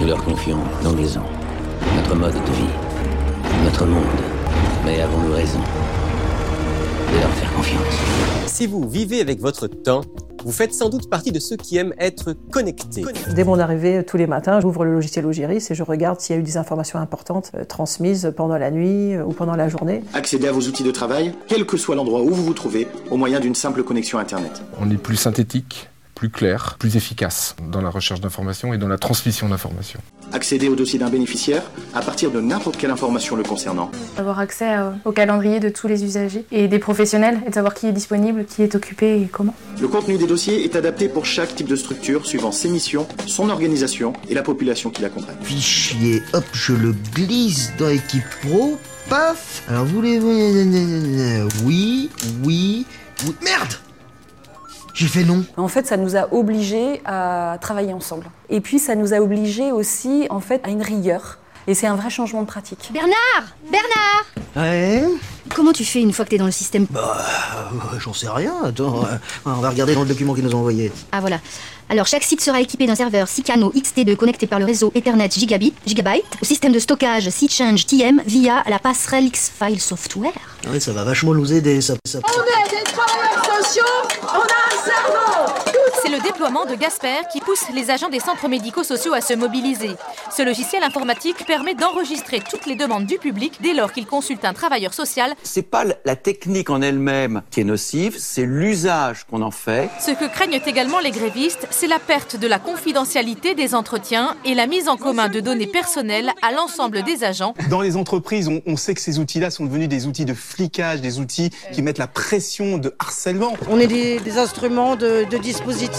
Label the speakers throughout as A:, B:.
A: Nous leur confions nos maisons, notre mode de vie, notre monde. Mais avons-nous raison de leur faire confiance
B: Si vous vivez avec votre temps, vous faites sans doute partie de ceux qui aiment être connectés.
C: Dès mon arrivée, euh, tous les matins, j'ouvre le logiciel Ogéris et je regarde s'il y a eu des informations importantes euh, transmises pendant la nuit euh, ou pendant la journée.
D: Accédez à vos outils de travail, quel que soit l'endroit où vous vous trouvez, au moyen d'une simple connexion Internet.
E: On est plus synthétique, plus clair, plus efficace dans la recherche d'informations et dans la transmission d'informations.
D: Accédez au dossier d'un bénéficiaire à partir de n'importe quelle information le concernant.
F: Avoir accès euh, au calendrier de tous les usagers et des professionnels et de savoir qui est disponible, qui est occupé et comment.
D: Le contenu des dossiers est adapté pour chaque type de structure suivant ses missions, son organisation et la population qui l'accompagne.
G: fichier, hop, je le glisse dans équipe pro, paf Alors vous les... Oui, oui, oui... Merde J'ai fait non
H: En fait, ça nous a obligés à travailler ensemble. Et puis, ça nous a obligés aussi, en fait, à une rigueur. Et c'est un vrai changement de pratique.
I: Bernard Bernard
G: Ouais
I: Comment tu fais une fois que t'es dans le système
G: euh, J'en sais rien, attends, euh, on va regarder dans le document qu'ils nous ont envoyé.
I: Ah voilà. Alors chaque site sera équipé d'un serveur SICANO XT2 connecté par le réseau Ethernet Gigabit, Gigabyte, au système de stockage SeaChange TM via la passerelle X-File Software.
G: Ouais, Ah ça va vachement nous aider, ça. ça-
J: C'est le déploiement de Gasper qui pousse les agents des centres médico-sociaux à se mobiliser. Ce logiciel informatique permet d'enregistrer toutes les demandes du public dès lors qu'il consulte un travailleur social,
K: C'est pas la technique en elle-même qui est nocive, c'est l'usage qu'on en fait.
J: Ce que craignent également les grévistes, c'est la perte de la confidentialité des entretiens et la mise en commun de données personnelles à l'ensemble des agents.
L: Dans les entreprises, on, on sait que ces outils-là sont devenus des outils de flicage, des outils qui mettent la pression de harcèlement.
H: On est des, instruments de, dispositifs.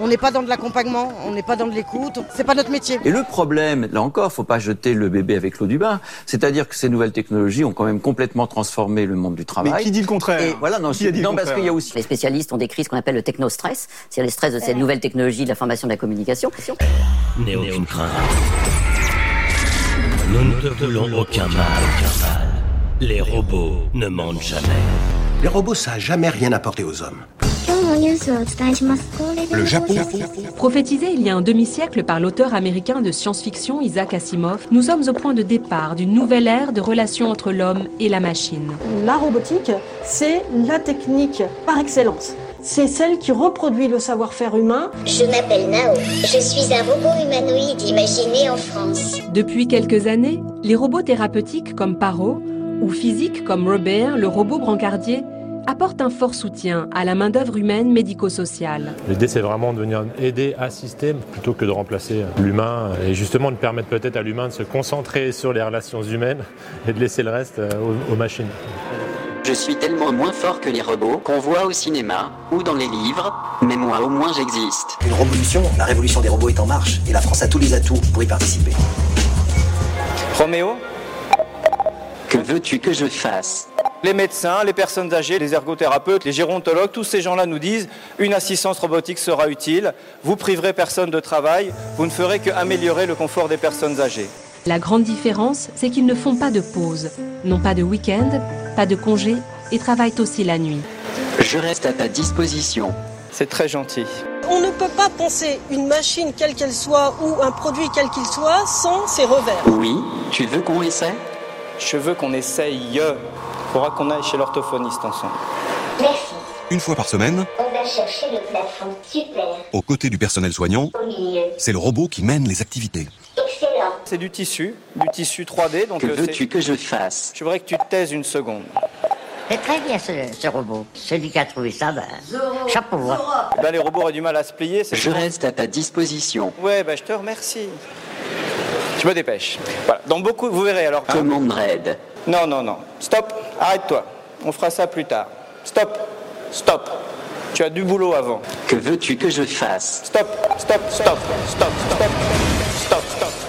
H: On n'est pas dans de l'accompagnement, on n'est pas dans de l'écoute. C'est pas notre métier.
K: Et le problème, là encore, faut pas jeter le bébé avec l'eau du bain. C'est-à-dire que ces nouvelles technologies ont quand même complètement transformé le monde du travail.
L: Mais qui dit le contraire
K: Et voilà, non,
L: Qui
K: je-
L: a dit le
K: non, parce
L: contraire
K: qu'il y a aussi
H: Les spécialistes ont décrit ce qu'on appelle le techno-stress, c'est-à-dire les stress de cette nouvelle technologie de l'information de la communication.
A: N'aie aucune crainte. Nous ne te voulons aucun mal, aucun mal. Les robots ne mentent jamais.
G: Les robots, ça a jamais rien apporté aux hommes.
L: Le Japon.
J: Prophétisé il y a un demi-siècle par l'auteur américain de science-fiction Isaac Asimov, nous sommes au point de départ d'une nouvelle ère de relations entre l'homme et la machine.
C: La robotique, c'est la technique par excellence. C'est celle qui reproduit le savoir-faire humain.
I: Je m'appelle Nao. Je suis un robot humanoïde imaginé en France.
J: Depuis quelques années, les robots thérapeutiques comme Paro ou physiques comme Robert, le robot brancardier, apportent un fort soutien à la main-d'œuvre humaine médico-sociale.
L: L'idée, c'est vraiment de venir aider, assister, plutôt que de remplacer l'humain, et justement de permettre peut-être à l'humain de se concentrer sur les relations humaines et de laisser le reste euh, aux, machines.
K: Je suis tellement moins fort que les robots qu'on voit au cinéma ou dans les livres, mais moi au moins j'existe.
G: Une révolution, la révolution des robots est en marche, et la France a tous les atouts pour y participer.
K: Roméo Que veux-tu que je fasse Les médecins, les personnes âgées, les ergothérapeutes, les gérontologues, tous ces gens-là nous disent une assistance robotique sera utile, vous priverez personne de travail, vous ne ferez que améliorer le confort des personnes âgées.
J: La grande différence, c'est qu'ils ne font pas de pause, n'ont pas de week-end, pas de congé et travaillent aussi la nuit.
K: Je reste à ta disposition. C'est très gentil.
C: On ne peut pas penser une machine quelle qu'elle soit ou un produit quel qu'il soit sans ses revers.
K: Oui, tu veux qu'on essaie
L: Je veux qu'on essaye. Faudra qu'on aille chez l'orthophoniste ensemble.
I: Merci.
L: Une fois par semaine,
I: On va chercher le plafond. Super.
L: aux côtés du personnel soignant,
I: Au milieu.
L: c'est le robot qui mène les activités.
I: Excellent.
L: C'est du tissu, du tissu 3D, donc
K: Que veux-tu que euh, je fasse
L: je voudrais que tu te taises une seconde.
H: C'est très bien ce, ce robot. Celui qui a trouvé ça, ben, chapeau. hein.
K: Eh
L: Ben, les robots auraient du mal à se plier, c'est
K: Je reste à ta disposition.
L: Ouais, bah, je te remercie. Je me dépêche. Voilà. Dans beaucoup, vous verrez alors.
K: Commande raid.
L: Non, non, non. Stop. Arrête-toi. On fera ça plus tard. Stop. Stop. Tu as du boulot avant.
K: Que veux-tu que je fasse
L: Stop. Stop. Stop. Stop. Stop. Stop. Stop. Stop.